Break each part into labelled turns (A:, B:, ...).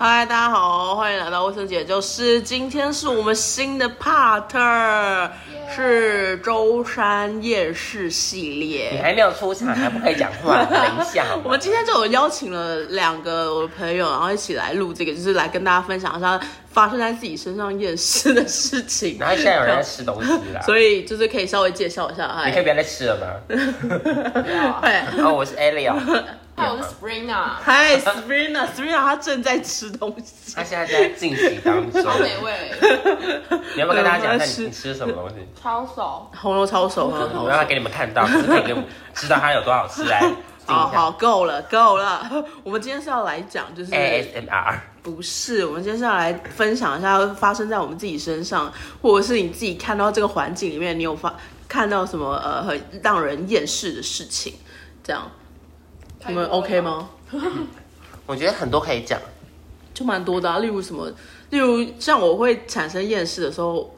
A: 嗨，大家好，欢迎来到卫生姐就是。今天是我们新的 part，是舟山夜市系
B: 你
A: 列。
B: 还没有出场，还不可以讲话，等一下好吗
A: 我们今天就有邀请了两个我的朋友，然后一起来录这个，就是来跟大家分享一下发生在自己身上夜市的事情。
B: 然后现在有人在吃东西啦，
A: 所以就是可以稍微介绍一下，
B: 啊你可
A: 哎，
B: 以不要再吃了吗？
A: 哎
B: 哦，我是 Elio，
C: 嗨，我是 Springa，
A: 嗨，Sabrina，Sabrina，她正在吃东西。
B: 他现在在进行当中，
C: 超美
B: 你
C: 味，
B: 要不要跟大家讲一下
A: 我在吃
B: 你你吃什么东西？
C: 超熟。
A: 红楼抄手，红楼抄
B: 我
A: 手
B: 让他给你们看到，就是可以给我们知道它有多好吃来。静
A: 好
B: 一
A: 好，
B: 下
A: 够了，够了。我们今天是要来讲，就是
B: 哎 ASMR，
A: 不是，我们接下来分享一下发生在我们自己身上，或者是你自己看到这个环境里面，你有发看到什么呃很让人厌世的事情？这样你们 OK 吗？
B: 我觉得很多可以讲，
A: 就蛮多的、啊，例如什么，例如像我会产生厌世的时候，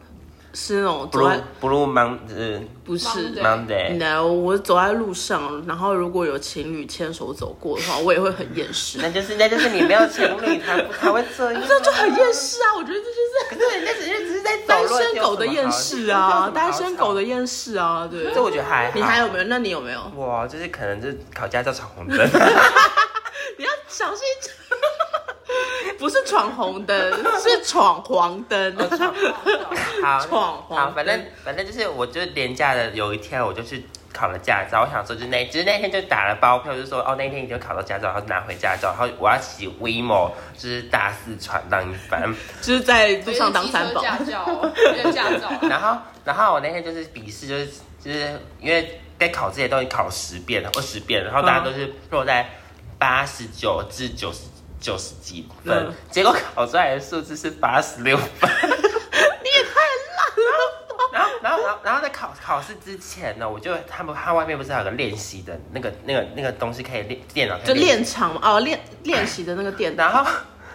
A: 是那种走
B: Blue
A: 在
B: Blue Mon 呃
A: 不是
C: Monday 对
B: Monday，
A: no，我走在路上，然后如果有情侣牵手走过的话，我也会很厌世，
B: 那就是那就是你没有情侣，他他会这样，
A: 这就很厌世啊！我觉得这就是。
B: 可是人家只是只是在
A: 单
B: 讨论
A: 身狗的厌世 啊，单身狗的，厌世啊，对
B: 有什么好这。我觉得还好
A: 你还有没有？那你有没有？
B: 哇，就是可能就是考驾照闯红灯，
A: 你要小心， 不是闯红灯， 是闯黄灯。
B: 哦好
A: 闯红
B: 好，反正反正就是，我就廉价的有一天我就去考了驾照，我想说就那，就是那天就打了包票，就说哦那天一定会考到驾照，然后拿回驾照，然后我要骑 WeMo，就是大肆闯荡一 番。
A: 就是在路上当三宝
C: 所。以是机车驾照哦，没有驾照。
B: 然后然后我那天就是笔试，就是就是因为在考这些东西考十遍、二十遍，然后大家都是落在八十九至九十九十几分，
A: 嗯
B: 结果考出来的数字是八十六分。
A: 你也太烂了吧！
B: 然后，然后，然后，然后在考考试之前呢，我就他们他外面不是还有个练习的那个那个那个东西可以练电脑可以
A: 就练场嘛，哦，练练习的那个店，
B: 然后，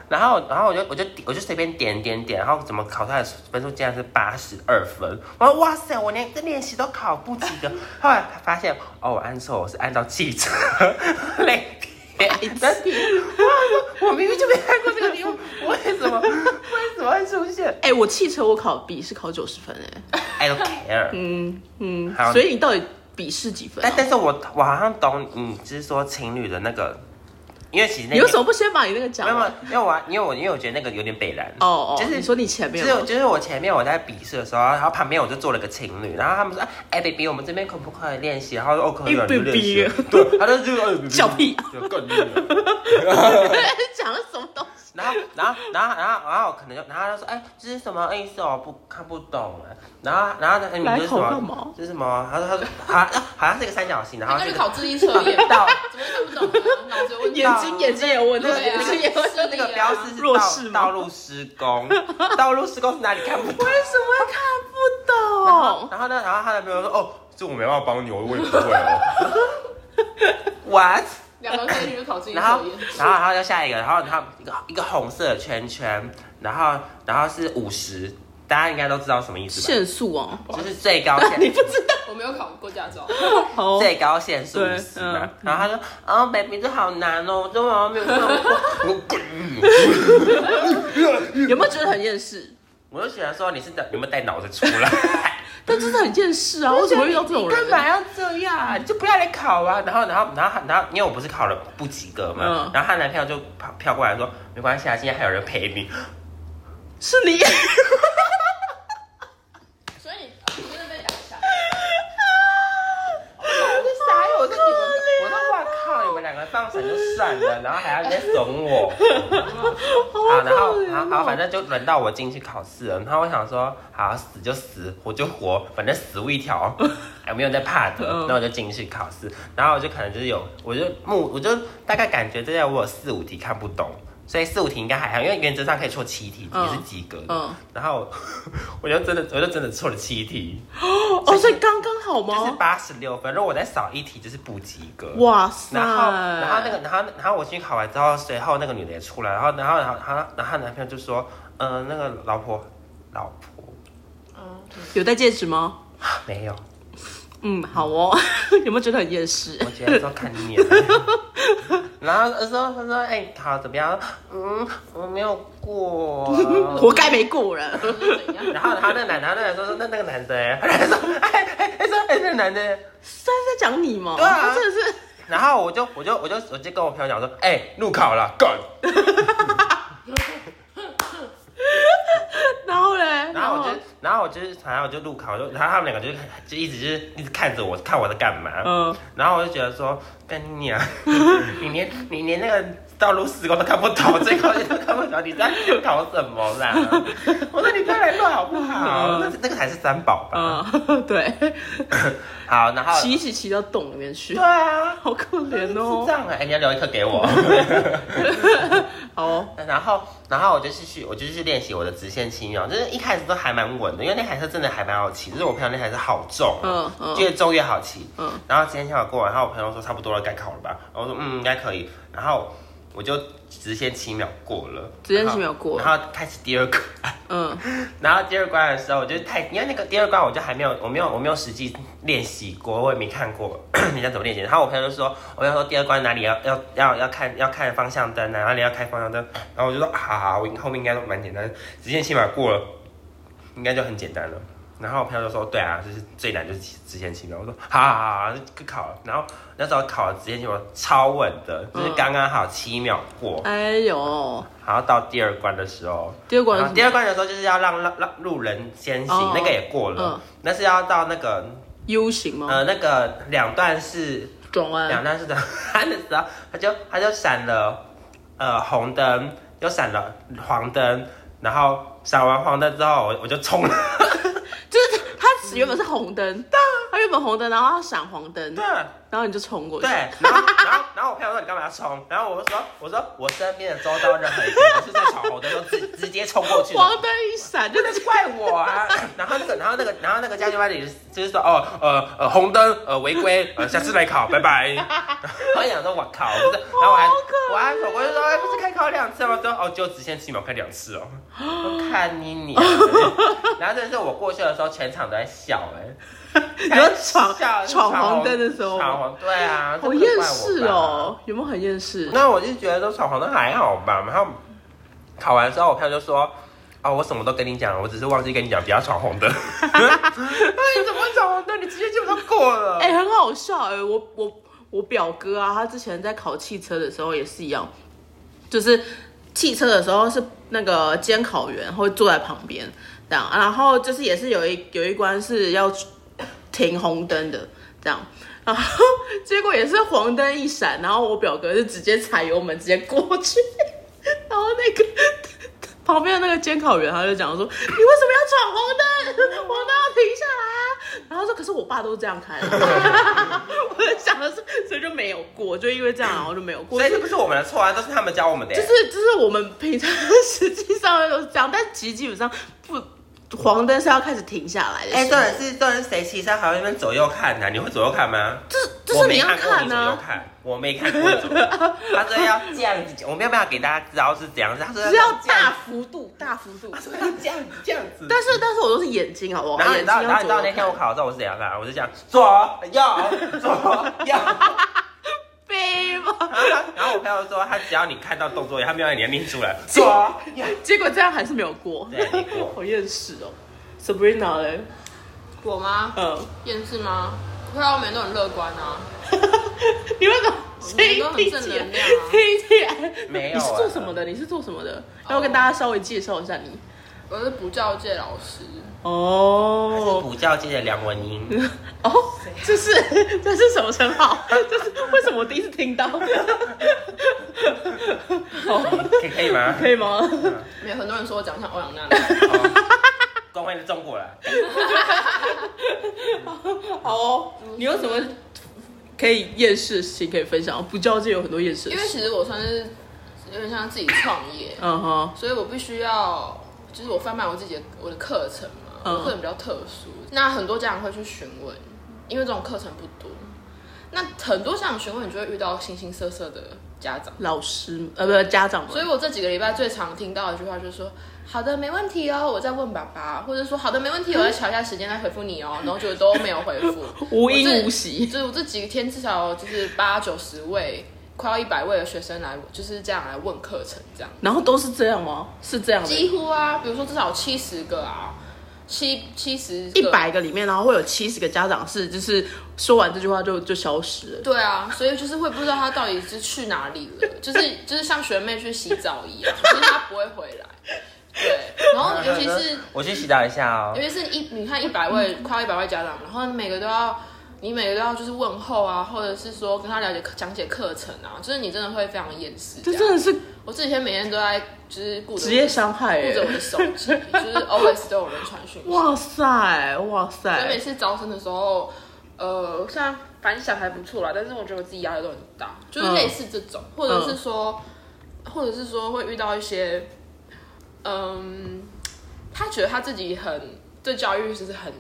B: 然后，然后我就我就我就随便点点点，然后怎么考出来的分数竟然是八十二分，我说哇塞，我连这练习都考不及格。后来才发现哦，我按错，我是按到汽 车类 别，但是我明明就没按过这个题目，为什么为什么会出现
A: 哎，我汽车我考笔试考九十分，哎，
B: ？I don't care。
A: 嗯嗯
B: 好，哎
A: 所以你到底笔试几分啊
B: 但？但是我我好像懂你，就是说情侣的那个，因为其实那
A: 你为什么不先把你那个讲
B: 没有没有
A: 完？，
B: 因为我因为我因为我觉得那个有点北蓝
A: 哦哦，
B: 就是
A: 你说你前
B: 就
A: 面
B: 是
A: 有
B: 我就是我前面我在笔试的时候，然后旁边我就坐了个情侣，然后他们说哎、baby 我们这边可不可以练习？然后我说哦可以啊，
A: 哎
B: 你就练习
A: baby
B: 对，他就就哎
A: 笑屁，
B: 就更厉害。
A: 讲了什么东西？
B: 然后，然后，然后，然后，然后可能就，然后他说，哎、这是什么意思哦？我不看不懂哎。然后，然后他，哎你
A: 来
B: 这是什
A: 口干嘛
B: 么？这是什么？他说，他说，好像，好像是一个三角 形，然后
C: 哎那
B: 这
C: 就
B: 个
C: 考智力测验，
B: 到
C: 怎么会看不懂呢？脑子有 问题。
A: 眼睛眼睛也有问题，
C: 对啊
A: 眼睛也有问题。
B: 那个标示是
A: 弱
B: 道
A: 势吗
B: 道路施 工，道路施工是哪里看不懂？
A: 为什么看
B: 然后？然后呢，然后他男朋友说，哦，这我没办法帮你，我我也不会哦。What？
C: 两个可以去考智力测
B: 然后
C: 验。，
B: 然后，然后就下一个，然后，然后一个一个红色的圈圈，然后，然后是五十，大家应该都知道什么意思吧？
A: 限速哦，
B: 就是最高 限
A: 你不知道
C: 我没有考过驾照，
B: 嗯
A: 哦。
B: 最高限速
A: 对
B: 五十嘛
A: 嗯。
B: 然后他说：“哦，baby，这好难哦，我这好像没有看过。”我滚！
A: 有没有觉得很厌世？
B: 我就觉得说你是带有没有带脑子出来？
A: 但真的很厌世啊！为什么会遇到这种
B: 你干嘛
A: 人？
B: 要这样？你就不要来考啊！然后，然后，然后，然后，因为我不是考了不及格嘛，
A: 嗯
B: 然后她男朋友就跑飘过来说：“没关系啊，今天还有人陪你。
A: 是你，
C: 所以你真的被打一下。”
B: 我就傻眼，我说你们，我说哇靠，你们两个放闪就算了，然后还要在怂我。好，然后好好，反正就轮到我进去考试了。然后我想说，好死就死，活就活，反正死路一条，哎，没有在怕的。
A: 嗯
B: 然后我就进去考试，然后我就可能就是有，我就目，我就大概感觉这些我有四五题看不懂，所以四五题应该还好，因为原则上可以错七题，也是
A: 嗯
B: 及格的。
A: 嗯，
B: 然后我就真的，我就真的错了七题，
A: 哦，所以刚刚好
B: 就是
A: 吗？
B: 八十六分。如果我再少一题，就是不及格。
A: 哦哇塞！
B: 然后，然后那个，然后，然后我进去考完之后，随后那个女的也出来，然后，然后，然后，然后，然后她男朋友就说，嗯、呃，那个老婆，老婆
C: 嗯，
A: 有戴戒指吗？
B: 没有，
A: 嗯，好哦。有没有觉得很厌世？
B: 我觉得说看你。 然后他说他说哎、考怎么样？嗯，我没有过、啊
A: 活该没过人。
C: 是怎样？
B: 然后然后那个男的，然后那个男的说说那那个男的 哎，他说哎哎哎说哎那个男的。
A: 是在讲你吗？
B: 对啊
A: 他真的是
B: 然后我就我就我就我就跟我朋友讲说，哎、路考了，滚！
A: 然后 嘞，
B: 然后我就然后我就是然后我就路考，就然后他们两个就就一直就是一直看着我，看我在干嘛。
A: 嗯，
B: 然后我就觉得说，跟你娘， 你连你连那个道路施工都看不懂，这个都看不懂，你在搞什么啦？ 我说你不要来乱好不 好？那那个才是三宝吧。
A: 嗯， 对，
B: 好，然后
A: 骑一起骑到洞里面去
B: 对，啊，
A: 好可怜
B: 是 这
A: 哦。
B: 样哎，你要留一颗给我。
A: 好哦，
B: 然后，然后我就是去，我就是去练习我的直线七秒，就是一开始都还蛮稳的，因为那台车真的还蛮好骑，就是我朋友那台车好重，啊
A: 嗯嗯
B: 越重越好骑，
A: 嗯
B: 然后直线七秒过完，然后我朋友说差不多了，该考了吧，然后我说嗯，应该可以，然后我就直线七秒过了，
A: 直线七秒过了
B: 然后然后开始第二关，
A: 嗯
B: 然后第二关的时候，我就太，因为那个第二关我就还没有，我没有，我没有实际练习过，我也没看过 人家怎么练习。然后我朋友就说，我要说第二关哪里要要要要看要看方向灯啊，哪里要开方向灯。然后我就说，好好，好我后面应该都蛮简单，直线起码过了，应该就很简单了。然后我朋友就说，对啊，就是最难就是直线七秒。我说，好好好好，就考了。然后那时候考了直线七秒超稳的，就是刚刚好七秒过。
A: 哎呦，
B: 然后到第二关的时候，
A: 第二关
B: 然
A: 是什
B: 后第
A: 么
B: 二关的时候就是要让让让路人先行
A: 哦，
B: 那个也过了
A: 嗯，
B: 那是要到那个
A: U 型吗？
B: 呃那个两段式
A: 转
B: 两
A: 弯，
B: 段式的 的时候，他就他就闪了呃红灯，又闪了黄灯，然后闪完黄灯之后，我我就冲了，
A: 就是它原本是红灯，它原本红灯，然后它闪黄灯
B: 啊对，啊
A: 然后你就冲过去
B: 对，，然后然后然后我朋友说你干嘛要冲？然后我就说我说我身边的周遭任何一个人都是在闯红灯，都直直接冲过去的，
A: 黄灯一闪就
B: 真的是怪我啊！然后那个，然后那个，然后那个家教班里就是说，哦，呃呃，红灯，呃违规，呃下次来考，拜拜。 我想说，我靠，不是，然后我还
A: 好可怜
B: 我还走过去说，哎，不是开考两次吗？说哦，就直线七秒开两次哦，我看你你啊。 然后真的是我过去的时候，全场都在笑哎、
A: 你要闯
B: 笑
A: 闯黄灯的时候
B: 闯红对啊，这
A: 好
B: 不能
A: 厌
B: 怪我
A: 世
B: 吧。
A: 哦，有没有很厌世？
B: 那我就觉得说闯红灯还好吧。然后考完之后，我朋友就说：“哦，我什么都跟你讲了，我只是忘记跟你讲，不要 闯红灯。”那你怎么会闯红灯？你直接基本上过了。
A: 哎、很好笑哎、我我我表哥啊，他之前在考汽车的时候也是一样，就是汽车的时候是那个监考员会坐在旁边这样，啊然后就是也是有一有一关是要停红灯的这样。然后结果也是黄灯一闪，然后我表哥就直接踩油门直接过去，然后那个 旁边的那个监考员他就讲说：“你为什么要闯红灯？黄灯要停下来啊！”然后他说：“可是我爸都是这样开 的。”我就想的是，所以就没有过，就因为这样，然后就没有过。
B: 所以这不是我们的错啊，都是他们教我们的。
A: 就是就是我们平常实际上面都是这样，但其实基本上不黄灯是要开始停下来的。
B: 哎，重点是重点是谁骑车还会那边左右看啊呢、你会左右看吗？
A: 这就
B: 我
A: 是
B: 没
A: 你要
B: 看过
A: 看啊
B: 你
A: 呢、
B: 左右看，我没看过你左右看。他说要这样子，我没有办法给大家知道是怎样子。他说
A: 只要
B: 这
A: 大
B: 样，
A: 幅度，大幅度。
B: 他说要这样子这样子。
A: 但是但是我都是眼睛好不
B: 然
A: 好？
B: 后你
A: 眼
B: 知
A: 睛
B: 道，然后
A: 要
B: 你知
A: 左
B: 道
A: 右
B: 那天
A: 看
B: 我考的时候我是怎样看？我是讲左右左右，
A: 背吧。
B: 然后我朋友说他只要你看到动作，他没有让你念出来左右，
A: 结果这样还是没有过，
B: 对，你过。
A: 好厌世哦。Sabrina 嘞，
C: 我吗？
A: 嗯，
C: 厌世吗？我看到每人都很乐观啊，
A: 你为什么？
C: 们都很正能量啊
A: TTI
B: 没有
A: 你
B: 啊
A: 是做什么的？你是做什么的？要不要跟大家稍微介绍一下你
C: 我是补教界老师，
B: 是
A: 哦
B: 补教界的梁文音，
A: 哦，这是这是什么称号？这是为什么我第一次听到？哦，
B: 可以可以吗？
A: 可以吗？
C: 没有很多人说我长得像欧阳娜 娜，
B: 光哦辉的中国了，
A: 好哦，你有什么可以厌世的事情可以分享？补教界有很多厌世的
C: 因为
A: 事，
C: 其实我算是有点像自己创业，
A: 嗯哼，
C: 所以我必须要，就是我贩卖我自己的我的课程嘛，
A: 嗯
C: 我课程比较特殊，那很多家长会去询问，因为这种课程不多，那很多家长询问，你就会遇到形形色色的家长。
A: 老师呃，不是家长们，
C: 所以我这几个礼拜最常听到的一句话就是说：“好的，没问题哦，我再问爸爸。”或者说：“好的，没问题，我再瞧一下时间再回复你哦。”然后就都没有回复
A: ，无音
C: 我这
A: 无息
C: 就是我这几天至少就是八九十位快要一百位的学生来，就是这样来问课程这样。
A: 然后都是这样吗？是这样
C: 几
A: 的，
C: 乎啊，比如说至少七十个啊，七七十
A: 一百个里面，然后会有七十个家长是就是说完这句话就就消失了。
C: 对啊，所以就是会不知道他到底是去哪里了， 就是就是像学妹去洗澡一样，就是他不会回来。对，然后尤其 是
B: 我去洗澡一下哦
C: 尤。其是一你看一百位快要一百位家长，然后每个都要你每个都要就是问候啊，或者是说跟他了解讲解课程啊，就是你真的会非常厌世。
A: 这真的是
C: 我这几天每天都在就是顾着
A: 职业伤害
C: 顾着我
A: 耶！
C: 的手机，就是 always 都有人传讯息。
A: 哇塞，哇
C: 所以每
A: 塞，
C: 次招生的时候，呃，虽然反正小孩不错啦，但是我觉得我自己压力都很大，就是类似这种，或者是说，或者是说会遇到一些，嗯，他觉得他自己很对教育就是很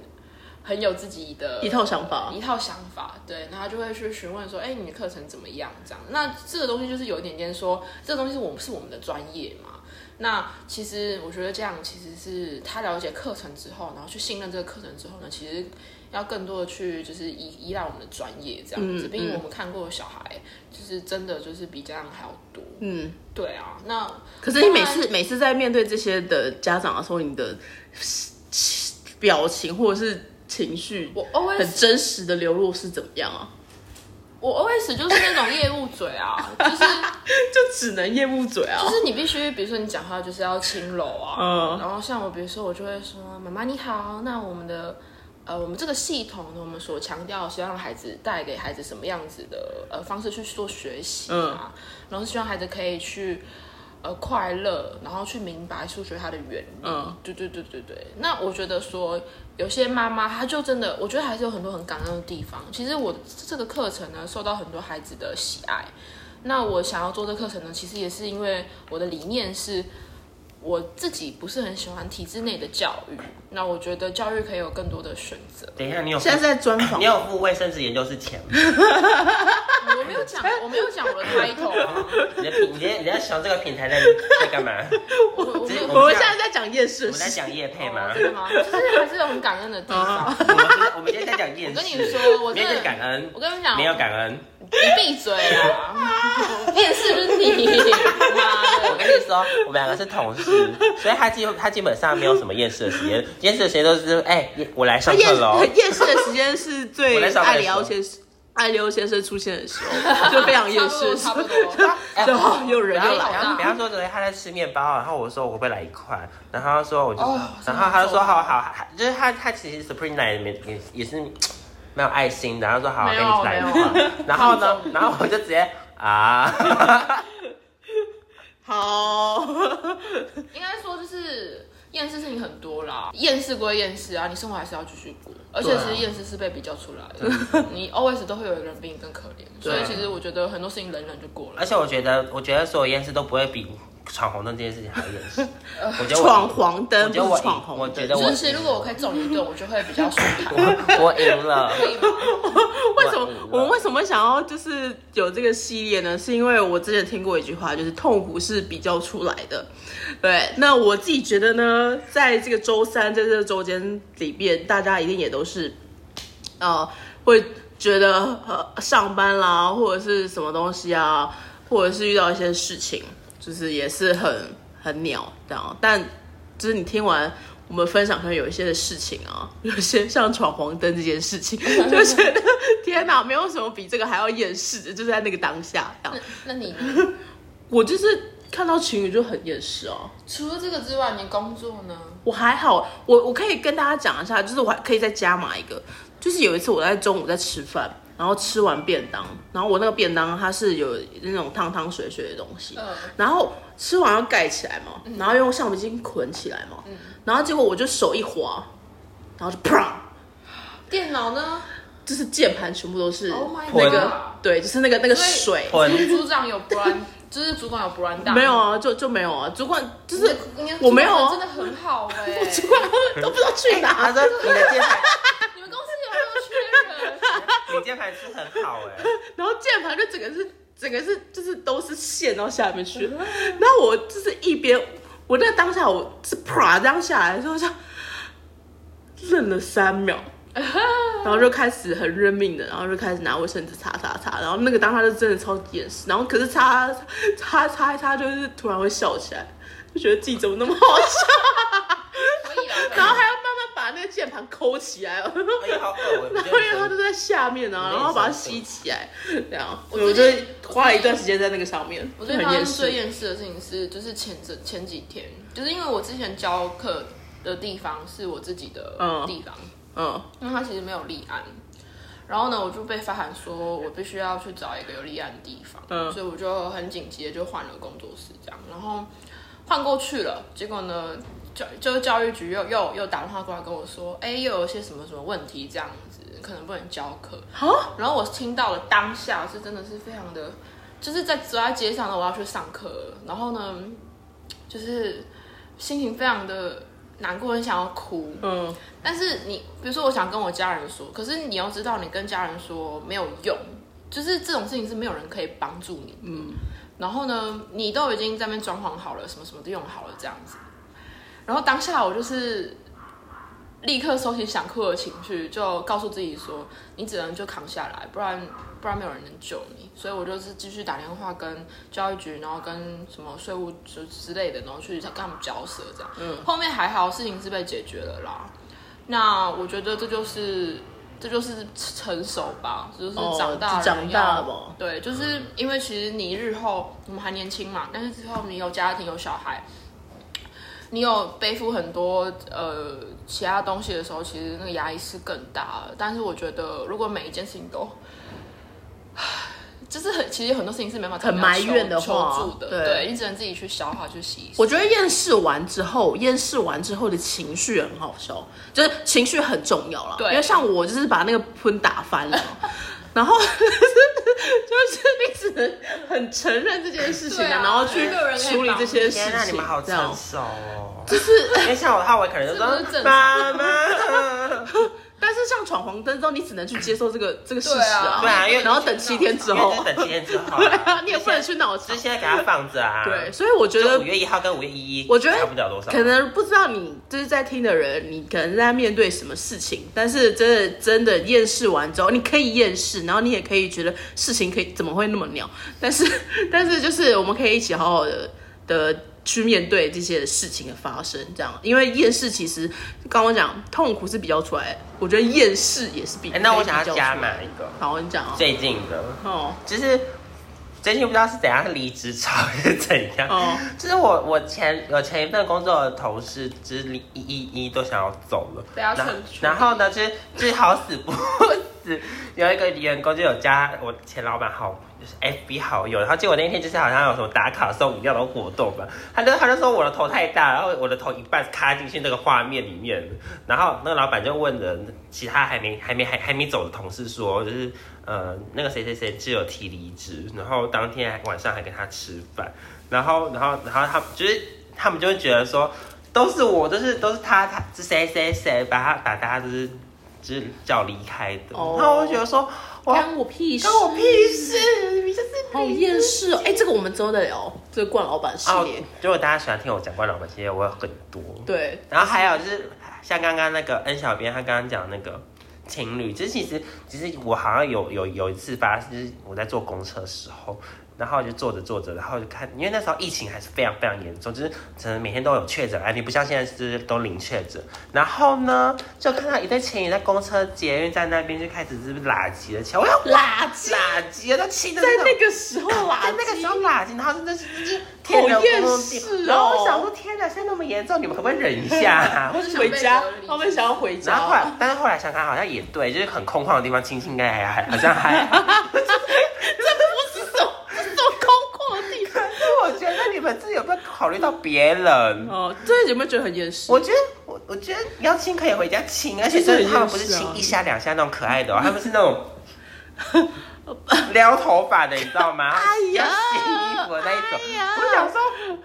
C: 很有自己的
A: 一套想法
C: 一套想法，对，然后他就会去询问说，哎、你的课程怎么样？这样，那这个东西就是有一点点说，这个东西是我们是我们的专业嘛。那其实我觉得这样其实是他了解课程之后，然后去信任这个课程之后呢，其实要更多的去就是依依赖我们的专业这样子，
A: 嗯
C: 毕竟我们看过的小孩就是真的就是比家长还要多。
A: 嗯。
C: 对啊，那
A: 可是你每
C: 当
A: 次每次在面对这些的家长的时候，你的表情或者是情绪
C: 我 always
A: 很真实的流露是怎么样啊？
C: 我 always 就是那种业务嘴啊，就是
A: 就只能业务嘴啊
C: 就！是你必须，比如说你讲话就是要轻柔啊，
A: 嗯
C: 然后像我，比如说我就会说妈妈你好，那我们的呃我们这个系统呢，我们所强调是要让孩子带给孩子什么样子的呃方式去做学习啊，然后希望孩子可以去。呃，快乐，然后去明白数学它的原理。
A: 嗯，
C: 对对对对对。那我觉得说，有些妈妈她就真的，我觉得还是有很多很感恩的地方。其实我这个课程呢，受到很多孩子的喜爱。那我想要做这课程呢，其实也是因为我的理念是，我自己不是很喜欢体制内的教育。那我觉得教育可以有更多的选择。
B: 等一下，你有付
A: 现在是在专访
B: 你，有付卫生纸研究室钱吗？
C: 我没有讲，我没有讲我的 title 啊，
B: 你在你在你在想这个平台在在干嘛？
C: 我我没有。
A: 我们现在在讲夜市
B: 我们在讲夜配
C: 哦
B: 吗？
C: 真的吗？就是还是有很感恩的地方。
A: 啊
B: 我们今我们今天在讲夜
C: 哦我
B: 市。
C: 跟你说，我
B: 没
C: 真
B: 有在感
C: 的，
B: 恩
C: 我，跟你讲，
B: 没有感恩。
C: 你闭嘴啦！ 面试就是你，妈
B: 我
C: 的！
B: 跟你说，我们两个是同事，所以他基他基本上没有什么厌世的时间，厌世的时间都是哎、我来上
A: 夜
B: 课喽。
A: 夜市的时间是最
B: 我在上班
A: 爱
B: 的
A: 里
B: 时候
A: 奥先生爱里奥先生出现的时 候，就非常夜市，
C: 差不多差不多
B: 哎
A: 然后又人
B: 然后
A: 又
C: 不要
A: 来了。
B: 然后说昨天他在吃面包，啊然后我说我会不会来一块，然后他说我就，
C: 哦
B: 然后他就
C: 真的
B: 说
C: 很
B: 好好，好就是他他其实 Supreme 奶也也也是没有爱心的，然后说好
C: 没
B: 跟
C: 有
B: 你来一 块，然后呢，然后我就直接啊，
A: 好，
C: 应该说就是厌世事情很多啦，厌世归厌世啊，你生活还是要继续过，而且
B: 对啊
C: 其实厌世是被比较出来的， 你 always 都会有一个人比你更可怜，所
B: 对
C: 以
A: 啊
C: 其实我觉得很多事情忍一忍就过了。
A: 哎
B: 而且我觉得我觉得所有厌世都不会比闯红灯这件事情还要厌世，我觉得我
A: 闯黄
B: 我
A: 灯
B: 觉得
A: 不
B: 我
A: 是闯红
B: 我
A: 灯
B: 觉得，我
C: 就是如果我可以中一顿，我就会比较舒 坦，
B: 我我赢了。
C: 可以吗？
A: 啊为什么我们为什么想要就是有这个系列呢？是因为我之前听过一句话，就是痛苦是比较出来的。对，那我自己觉得呢，在这个周三，在这个周间里面，大家一定也都是，呃，会觉得呃上班啦，或者是什么东西啊，或者是遇到一些事情，就是也是很很鸟这样。但就是你听完我们分享，可能有一些的事情啊， 有些像闯黄灯这件事情， 就觉得天哪，没有什么比这个还要厌世的，就在那个当下这样
C: 那。 那你呢
A: 我就是看到情侣就很厌世哦、
C: 除了这个之外，你工作呢？
A: 我还好，我我可以跟大家讲一下，就是我还可以再加码一个，就是有一次我在中午在吃饭，然后吃完便当，然后我那个便当它是有那种汤汤水水的东西，
C: 嗯
A: 然后吃完要盖起来嘛，然后用橡皮筋捆起来嘛，然后结果我就手一滑，然后就啪，
C: 电脑呢
A: 就是键盘全部都是
C: Oh my
A: 那个
B: god
A: 对，就是那个那个
C: 所以
A: 水，
B: 混
C: 组长有 brand，就是 主管有 brand 大
A: 没有，啊，就就没有啊，主管就
C: 你
A: 是
C: 的你的
A: 我没有
C: 主管
A: 啊
C: 真，的很好 哎、
A: 主管都不知道去哪
B: 他说你的键盘，
C: 你们公司有没 有缺人？
B: 你键盘是很好哎、
A: 然后键盘就整个是整个是就是都是线到下面去，然后我就是一边我那当下我是啪这样下来的时候，我就愣了三秒，然后就开始很认命的，然后就开始拿卫生纸擦擦擦，然后那个当下就真的超级厌世，然后可是擦擦擦一擦，就是突然会笑起来，就觉得自己怎么那么好笑，
C: 可以啊，
A: 然后还要慢慢把那个键盘抠起来，哦然
B: 哎呀，好恶我也不
A: 后因为它
B: 认
A: 就
B: 真
A: 在下面啊，
B: 你
A: 然
B: 练
A: 后把它
B: 手
A: 吸
B: 册
A: 起来，这样，
C: 我
A: 所以我就
C: 最近
A: 花了一段时间在那个上面，
C: 我最
A: 很
C: 讨厌
A: 厌
C: 最
A: 世。
C: 厌世的事情是，就是前这前几天，就是因为我之前教课的地方是我自己的
A: 嗯
C: 地方，
A: 嗯，
C: 因为它其实没有立案。然后呢，我就被发函说，我必须要去找一个有立案的地方，
A: 嗯
C: 所以我就很紧急的就换了工作室这样，然后换过去了。结果呢，教就是教育局又又又打电话过来跟我说，哎，又有一些什么什么问题这样子，可能不能教课。
A: 啊，
C: 然后我听到了当下是真的是非常的，就是在走在街上呢，我要去上课了，然后呢，就是心情非常的难过，很想要哭。
A: 嗯，
C: 但是你，比如说我想跟我家人说，可是你要知道，你跟家人说没有用，就是这种事情是没有人可以帮助你。嗯。然后呢，你都已经在那边装潢好了，什么什么都用好了这样子。然后当下我就是立刻收起想哭的情绪，就告诉自己说，你只能就扛下来，不然不然没有人能救你。所以我就是继续打电话跟教育局，然后跟什么税务之之类的，然后去跟他们交涉这样。嗯。后面还好，事情是被解决了啦。那我觉得这就是这就是成熟吧，就是
A: 哦
C: 长大
A: 就长
C: 人要、
A: 大了
C: 对，就是因为其实你日后我们还年轻嘛，但是之后你有家庭有小孩，你有背负很多呃其他东西的时候，其实那个压力是更大的。但是我觉得，如果每一件事情都， 就是很其实很多事情是没办法
A: 很埋怨的
C: 的
A: 话
C: 求助
A: 对
C: 对你只能自己去消化去洗。
A: 我觉得厌世完之后，厌世完之后的情绪很好笑，就是情绪很重要啦。
C: 对
A: 因为像我就是把那个喷打翻了， 然后 就是你只能很承认这件事情
C: 对啊
A: 然后去
C: 没有人可以
A: 处理这些事
B: 天啊，你
A: 情
B: 们好，
A: 这
B: 成
A: 样。
B: 熟哦。就是，因为像我的话，我可能就说
C: 是不是正常
B: 妈妈，
A: 但是像闯红灯之后，你只能去接受这个 这个事实
B: 对啊因为
A: 然后等七 天之
B: 因为
A: 后
B: 这是，等七天之后
A: 对
B: 啊
A: 啊，， 你也不能去闹
B: 就
A: 场。
B: 现在给他放着啊。
A: 对，，所以我觉得
B: 就五月一号跟五月一，
A: 我觉得
B: 差不了多少，啊
A: 可能不知道你就是在听的人，你可能在面对什么事情，但是真的真的厌世完之后，你可以厌世，然后你也可以觉得事情可以怎么会那么鸟，但是 但是就是我们可以一起好好的的去面对这些事情的发生，这样，因为厌世其实刚刚我讲痛苦是比较出来的，我觉得厌世也是比。
B: 哎，那我想
A: 可以
B: 要
A: 比较出来
B: 加码一个
A: 好，你讲啊、
B: 最近的，
A: 哦，
B: 就是最近不知道是怎样离职潮还是怎样，
A: 哦
B: 就是我我前我前一份工作的同事，就是离一一一都想要走了，
C: 不要
B: 然后
C: 蠢蠢
B: 然后呢，就是就是好死不死， 有一个员工就有加我前老板好。就是 FB 好友，然后结果那天就是好像有什么打卡送饮料的活动吧，他就他就说我的头太大，然后我的头一半卡进去那个画面里面，然后那个老板就问了其他还没还没还还没走的同事说，就是呃那个谁谁谁只有提离职，然后当天还晚上还跟他吃饭，然后然后然后他们就是他们就会觉得说都是我，都是都是他他是谁谁谁把他把大家就是就是叫离开的，
A: 哦
B: 然后我就觉得说哇
A: 关我屁事，
B: 关我屁事，你就是
A: 好厌世哦！哎、这个我们之后再聊，这个冠老板系
B: 哦
A: 列。，
B: 如果大家喜欢听我讲关老板系列，我有很多。
A: 对，
B: 然后还有就是，像刚刚那个恩小编，他刚刚讲那个情侣，就是其实其实我好像有有有一次发生，就是我在坐公车的时候，然后就坐着坐着，然后就看，因为那时候疫情还是非常非常严重，就是可能每天都有确诊案例，不像现在是都零确诊。然后呢，就看到一对情侣在公车捷运站那边就开始是不是垃圾了起来，我要
A: 垃圾
B: 垃圾，都气得
A: 在
B: 那种
A: 那个时候啊啦，
B: 在那个时候垃圾，然后真的是就是天人共
A: 好厌
B: 用
A: 世哦
B: 然后我想说，天哪，现在那么严重，你们可不可以忍一下、啊？
A: 我
C: 是想
A: 回
C: 被
A: 家
C: 隔，离
A: 他们想要回
B: 然后后来
A: 家，，
B: 但是后来想想，好像也对，就是很空旷的地方，清清盖盖，好像还 好。
A: 这不是什么，这是什么空旷的地
B: 可
A: 方？
B: 是我觉得你们自己有没有考虑到别人？
A: 哦，这有没有觉得很厌世？
B: 我觉得我我觉得要亲可以回家亲，而且
A: 这
B: 真
A: 很
B: 的他
A: 厌
B: 们不是
A: 世啊
B: 亲一下两下那种可爱的、哦，他们是那种 撩头发的，你知道吗？
A: 哎呀
B: 要洗衣服的那一种。
A: 哎呀
B: 我想说，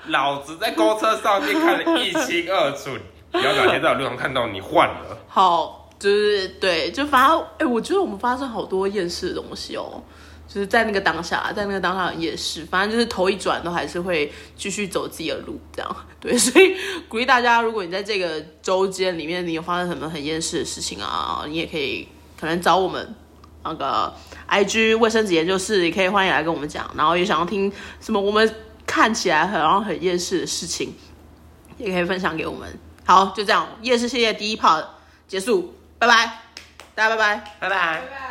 B: 老子在公车上面看得一清二楚，不要哪天在我路上看到你换了。
A: 好，就是对，就反正哎、我觉得我们发生好多厌世的东西哦。就是在那个当下，在那个当下也是，反正就是头一转都还是会继续走自己的路，这样 对，所以鼓励大家，如果你在这个周间里面你有发生什么很厌世的事情啊，你也可以可能找我们那个 IG 卫生纸研究室，也可以欢迎来跟我们讲，然后也想要听什么我们看起来很然后很厌世的事情，也可以分享给我们。好，就这样，夜市系列第一 part 结束，拜拜，大家拜拜。
B: 拜拜。
C: 拜拜。